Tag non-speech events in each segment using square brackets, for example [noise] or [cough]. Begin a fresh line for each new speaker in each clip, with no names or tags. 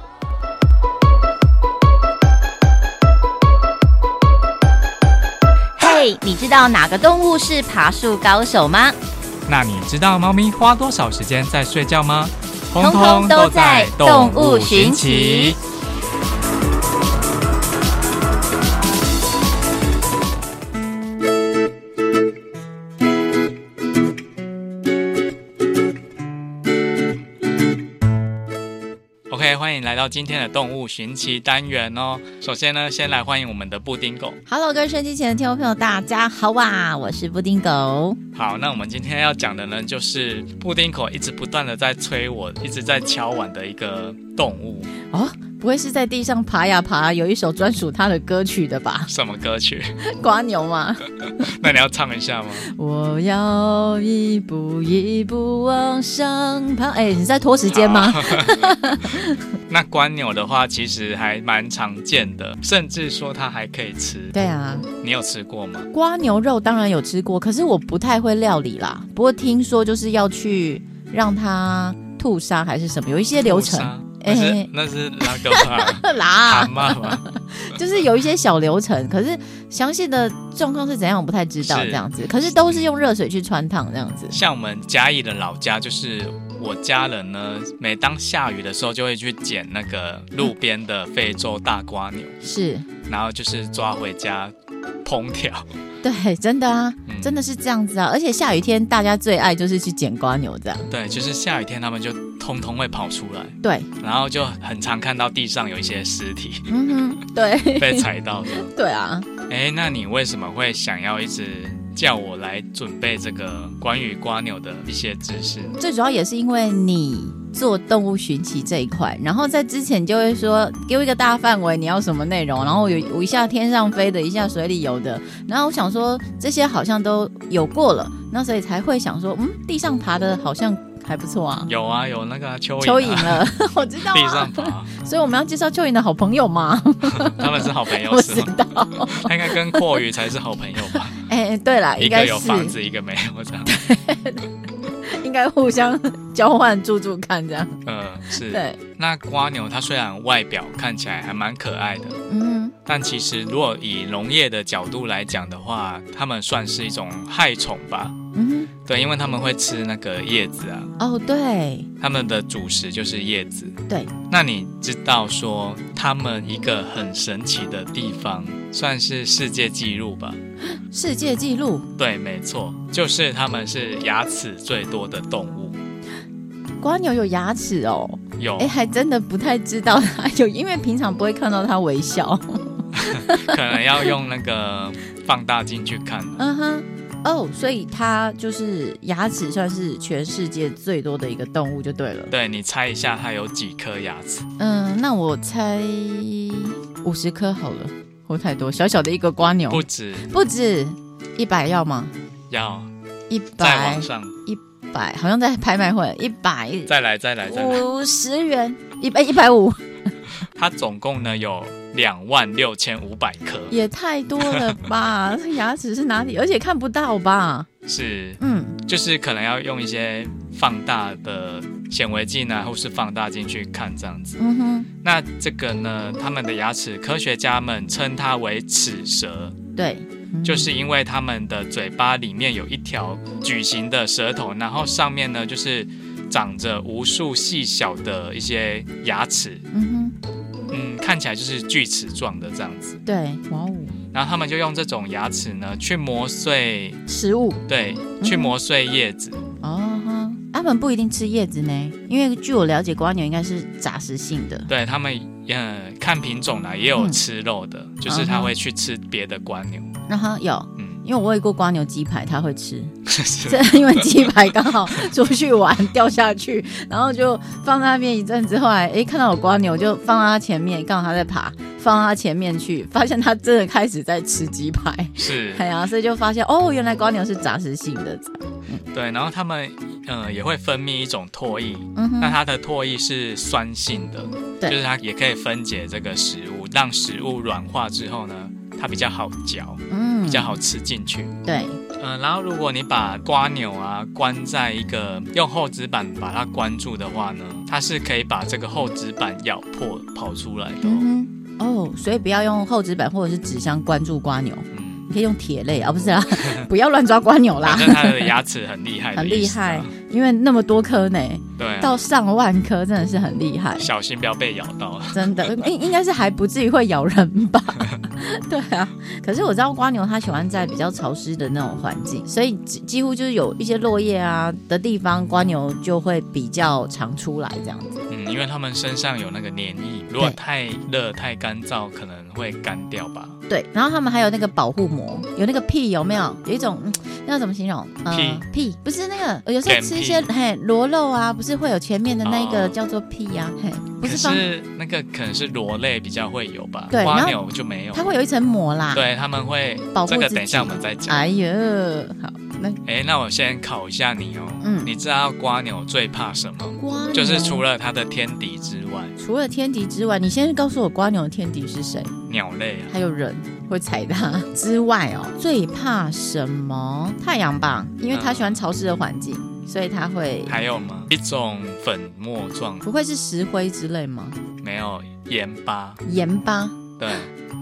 [laughs] 嘿，你知道哪个动物是爬树高手吗？
那你知道猫咪花多少时间在睡觉吗？通
通都在动物寻奇。
OK，欢迎来到今天的动物寻奇单元哦。首先呢，先来欢迎我们的布丁狗。
Hello，各位收机前的听众朋友，大家好啊！我是布丁狗。
好，那我们今天要讲的呢，就是布丁狗一直不断的在催我，一直在敲碗的一个动物。
哦，不会是在地上爬呀爬，有一首专属它的歌曲的吧？
什么歌曲？
[laughs]
[laughs]
瓜牛吗？
那你要唱一下吗？
我要一步一步往上爬。哎、你在拖时间吗？
好？那观鸟的话，其实还蛮常见的，甚至说它还可以吃。
[laughs] 对啊，
你有吃过吗？
瓜牛肉当然有吃过，可是我不太会料理啦。不过听说就是要去让它吐沙还是什么，有一些流程。
那是、
哎
那是拉个帕蛤
[laughs] 啦，
蟆吧？
就是有一些小流程，可是详细的状况是怎样，我不太知道
是
这样子。可是都是用热水去穿烫这样子。
像我们嘉义的老家，就是我家人呢，每当下雨的时候就会去捡那个路边的非洲大瓜牛，
是，
然后就是抓回家烹调。
对，真的啊，
嗯
真的是这样子啊。而且下雨天大家最爱就是去捡瓜牛这样。
对，就是下雨天他们就通通会跑出来，
对，
然后就很常看到地上有一些
[laughs]
尸体
嗯哼，对， [laughs]
被踩到的。
对啊。
哎，那你为什么会想要一直叫我来准备这个关于瓜牛的一些知识？
最主要也是因为你做动物寻奇这一块，然后在之前就会说给我一个大范围，你要什么内容，然后有我一下天上飞的，一下水里游的，然后我想说这些好像都有过了，那所以才会想说，嗯，地上爬的好像还不错啊，
有啊，有那个啊蚯蚓、啊，
蚯蚓了， [laughs] 我知道、
地
啊，
上爬，
所以我们要介绍蚯蚓的好朋友吗？
他们是好朋友
我
是
知
吗？
道，
[laughs] 他应该跟阔鱼才是好朋友
[laughs]
吧？
哎、对了，
一
应
个
该
有房
是
子，一个没有，这样。
应该互相交换住住看这样，
嗯，是。
对，
那瓜牛它虽然外表看起来还蛮可爱的，
嗯，
但其实如果以农业的角度来讲的话，它们算是一种害虫吧？
嗯
对，因为它们会吃那个叶子啊，
哼，哦，对，
它们的主食就是叶子。
对，
那你知道说他们一个很神奇的地方，算是世界纪录吧？
世界纪录。
对，没错，就是他们是牙齿最多的动物。
瓜牛有牙齿哦，
有
哎，还真的不太知道它有，因为平常不会看到它微
[laughs]
笑。
可能要用那个放大镜去看。
嗯哼，哦，所以它就是牙齿算是全世界最多的一个动物就对了。
对你猜一下，它有几颗牙齿？
嗯，那我猜五十颗好了，或太多，小小的一个瓜牛，
不止，
不止一百要吗？
要
一
再
百
往上，
百，好像在拍卖会，一百
再来，再来，再来。
五十元，一百一百
[laughs]
五，
它总共呢有两万六千五百颗，
也太多了吧？这牙齿是哪里？而且看不到吧？
是
嗯。
就是可能要用一些放大的显微镜啊，或是放大镜去看这样子。
嗯哼，
那这个呢，他们的牙齿，科学家们称它为齿舌，
对，嗯
就是因为它们的嘴巴里面有一条矩形的舌头，然后上面呢就是长着无数细小的一些牙齿，
嗯
嗯，看起来就是锯齿状的这样子。
哼，对，哇哦，
然后他们就用这种牙齿呢去磨碎，
食物
对，去
嗯
磨碎叶子，
哦哈，他们不一定吃叶子呢，因为据我了解，瓜牛应该是杂食性的。
对他们，呃，看品种啦，也有
嗯
吃肉的，就是他会去吃别的瓜牛。
那它有， [laughs]
嗯，
因为我喂过瓜牛鸡排，它会吃，
是
这 [laughs] 因为鸡排刚好出去玩掉下去， [laughs] 然后就放在那边一阵子，后来诶看到有瓜牛就放到它前面，刚好它在爬，放到它前面去，发现它真的开始在吃鸡排， [laughs]
是，
哎呀，所以就发现哦，原来瓜牛是杂食性的，
对。然后他们，呃，也会分泌一种唾液，
嗯
那
哼，
它的唾液是酸性的，
对
就是它也可以分解这个食物，让食物软化之后呢，它比较好嚼，
嗯
比较好吃进去。
对，
嗯，然后如果你把瓜牛啊关在一个用厚纸板把它关住的话呢，它是可以把这个厚纸板咬破跑出来的哦、
嗯哼，哦，所以不要用厚纸板或者是纸箱关住瓜牛，
嗯，
可以用铁类啊，不是 [laughs] 啦，不要乱抓瓜牛啦 [laughs]
反，正它的牙齿很厉害的
很
意
厉
思啊，
害，因为那么多颗呢，
对啊、
到上万颗，真的是很厉害。
小心不要被咬到啊。
真 [laughs] 的，应应该是还不至于会咬人吧？ [laughs] 对啊，可是我知道瓜牛它喜欢在比较潮湿的那种环境，所以几几乎就是有一些落叶啊的地方，瓜牛就会比较常出来这样子。
嗯，因为它们身上有那个黏液，如果
对
太热太干燥，可能会干掉吧。
对，然后它们还有那个保护膜，有那个屁有没有？有一种嗯那要怎么形容？呃
屁
屁不是那个，呃有时候
干
吃
屁
一些嘿螺肉啊，不是会有前面的那个
哦
叫做屁呀、嘿，不
可
是方，
是那个可能是螺类比较会有吧，
对然
花
后
牛就没有。
它会有一层膜啦。
对，他们会
保护
这个
自
等一下
己
我们再讲。
哎呦，好，那
哎，那我先考一下你哦，
嗯
你知道瓜牛最怕什么？
瓜牛
就是除了它的天敌之外，
除了天敌之外，你先告诉我瓜牛的天敌是谁？
鸟类啊，
还有人会踩
[laughs]
它之外哦，最怕什么？太阳吧，因为
嗯
它喜欢潮湿的环境，所以它会
还有吗？一种粉末状，
不会是石灰之类吗？
没有盐巴，
盐巴？
对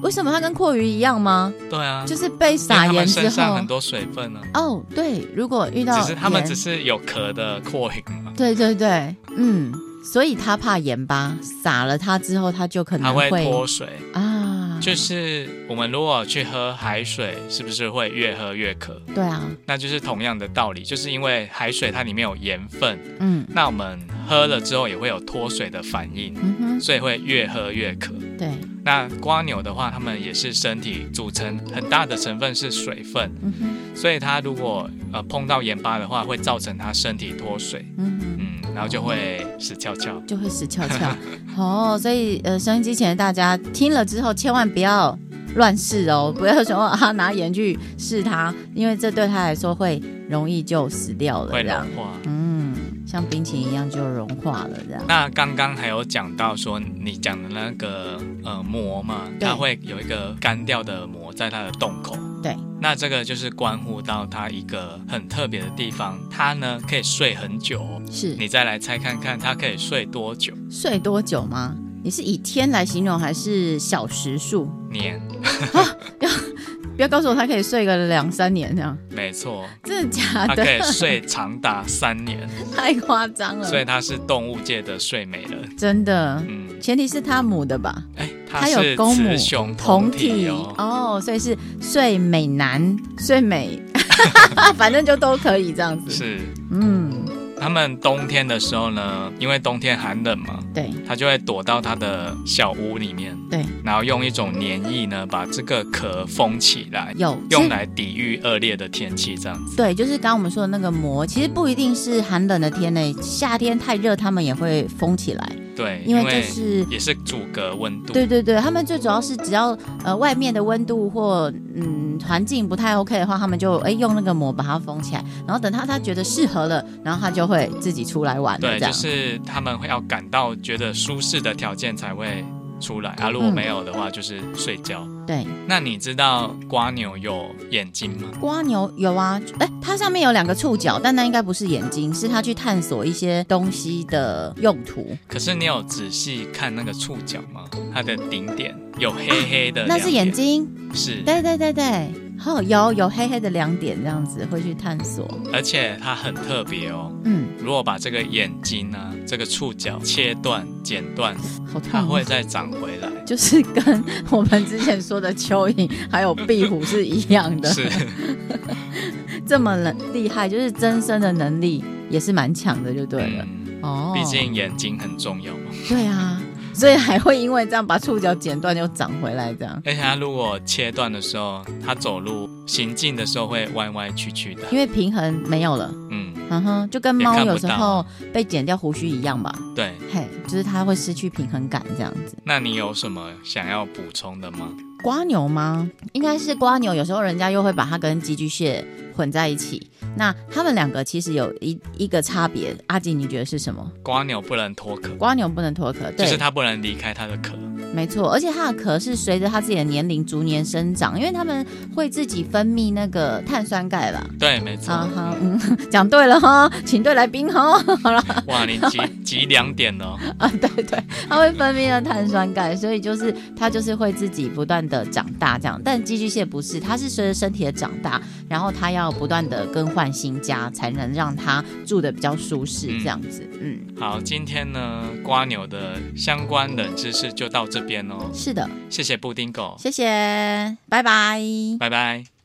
为什么它跟阔鱼一样吗？
对啊，
就是被撒
因为它
盐
们
之
身上
后
很，多水分呢、
哦，对，如果遇到
只是它们
盐
只是有壳的扩影嘛，
对对对，嗯，所以它怕盐巴，撒了它之后，它就可
它
能
会
会
脱水。
啊，
就是我们如果去喝海水，是不是会越喝越渴？
对啊，
那就是同样的道理，就是因为海水它里面有盐分，
嗯
那我们喝了之后也会有脱水的反应，
嗯哼，
所以会越喝越渴。
对，
那瓜牛的话，它们也是身体组成很大的成分是水分，
嗯哼，
所以它如果呃碰到盐巴的话，会造成它身体脱水，
嗯哼。
嗯，然后就会死翘翘。
就会死翘
[laughs]
翘。哦，所以呃，收音机前的大家听了之后，千万不要乱试哦，不要说啊拿盐去试它，因为这对它来说会容易就死掉了
会
这
融
样。
化。
嗯，像冰淇淋一样就融化了这样。
那刚刚还有讲到说，你讲的那个呃膜嘛，
对
它会有一个干掉的膜在它的洞口。
对，
那这个就是关乎到它一个很特别的地方，它呢可以睡很久哦、
是
你再来猜看看，它可以睡多久？
睡多久吗？你是以天来形容还是小时数？
年，
不要告诉我它可以睡个两三年这样，
没错，
真的假
它
的？
可以睡长达三年，
[laughs] 太夸张了，
所以它是动物界的睡美人。
真的。
嗯，
前提是它母的吧？
哎，它
它有
是
公母
雌雄
同
体
体
哦。
哦，所以是睡美男、睡
[laughs]
美，反正就都可以这样子。
是，
嗯，
它们冬天的时候呢，因为冬天寒冷嘛，
对
它就会躲到它的小屋里面，
对，
然后用一种黏液呢把这个壳封起来，
有
用
其实
来抵御恶劣的天气。这样子，
对，就是刚刚我们说的那个膜，其实不一定是寒冷的天呢，夏天太热，它们也会封起来，
对，
因
因嗯
为就是。
也是阻隔温度。
对对对，它们最主要是只要呃外面的温度或嗯环境不太 OK 的话，它们就哎用那个膜把它封起来，然后等它它觉得适合了，然后它就会自己出来玩了
对，
这
就
样。
是他们会要感到觉得舒适的条件才会出来啊。如果
嗯
没有的话，就是睡觉。
对，
那你知道瓜牛有眼睛吗？
瓜牛有啊，哎，它上面有两个触角，但那应该不是眼睛，是它去探索一些东西的用途。
可是你有仔细看那个触角吗？它的顶点有黑黑的、
那是眼，睛，
是，
对对对对，哦，有有黑黑的两点这样子会去探索。
而且它很特别哦。
嗯，
如果把这个眼睛呢，这个触角切断、剪断，
好
它
痛、
会
哦。
再长
[laughs]
回来。
就是跟我们之前说的蚯蚓还有壁虎是一样的，
是，
[laughs]
嗯
这么厉害，就是增生的能力也是蛮强的，就对了。
嗯
哦，
毕竟眼睛很重要嘛。
对啊，所以还会因为这样把触角剪断又长回来，这样，
而且它如果切断的时候，它走路行进的时候会歪歪曲曲的。
因为平衡没有了。
嗯，
嗯哼，就跟
也
猫
看不
有时
到
候被剪掉胡须一样吧，
对。
嘿，就是它会失去平衡感这样子。
那你有什么想要补充的吗？
瓜牛吗？应该是瓜牛，有时候人家又会把它跟寄居蟹混在一起。那它们两个其实有一一个差别，阿吉你觉得是什么？
瓜牛不能脱壳，
瓜牛不能脱壳，
就
对，
是它不能离开它的壳。
没错，而且它的壳是随着它自己的年龄逐年生长，因为它们会自己分泌那个碳酸钙吧。
对，没错。
啊哈，嗯，讲对了哈，请对来宾哦哈。好了
哇，你急 [laughs] 急两点哦了，
[laughs] 啊，对对，它会分泌了碳酸钙，所以就是它就是会自己不断的长大这样。但寄居蟹不是，它是随着身体的长大，然后它要不断的更换新家，才能让它住的比较舒适这样子。嗯，
好，今天呢，瓜牛的相关冷知识就到这边哦。
是的，
谢谢布丁狗，
谢谢，拜拜。
拜拜。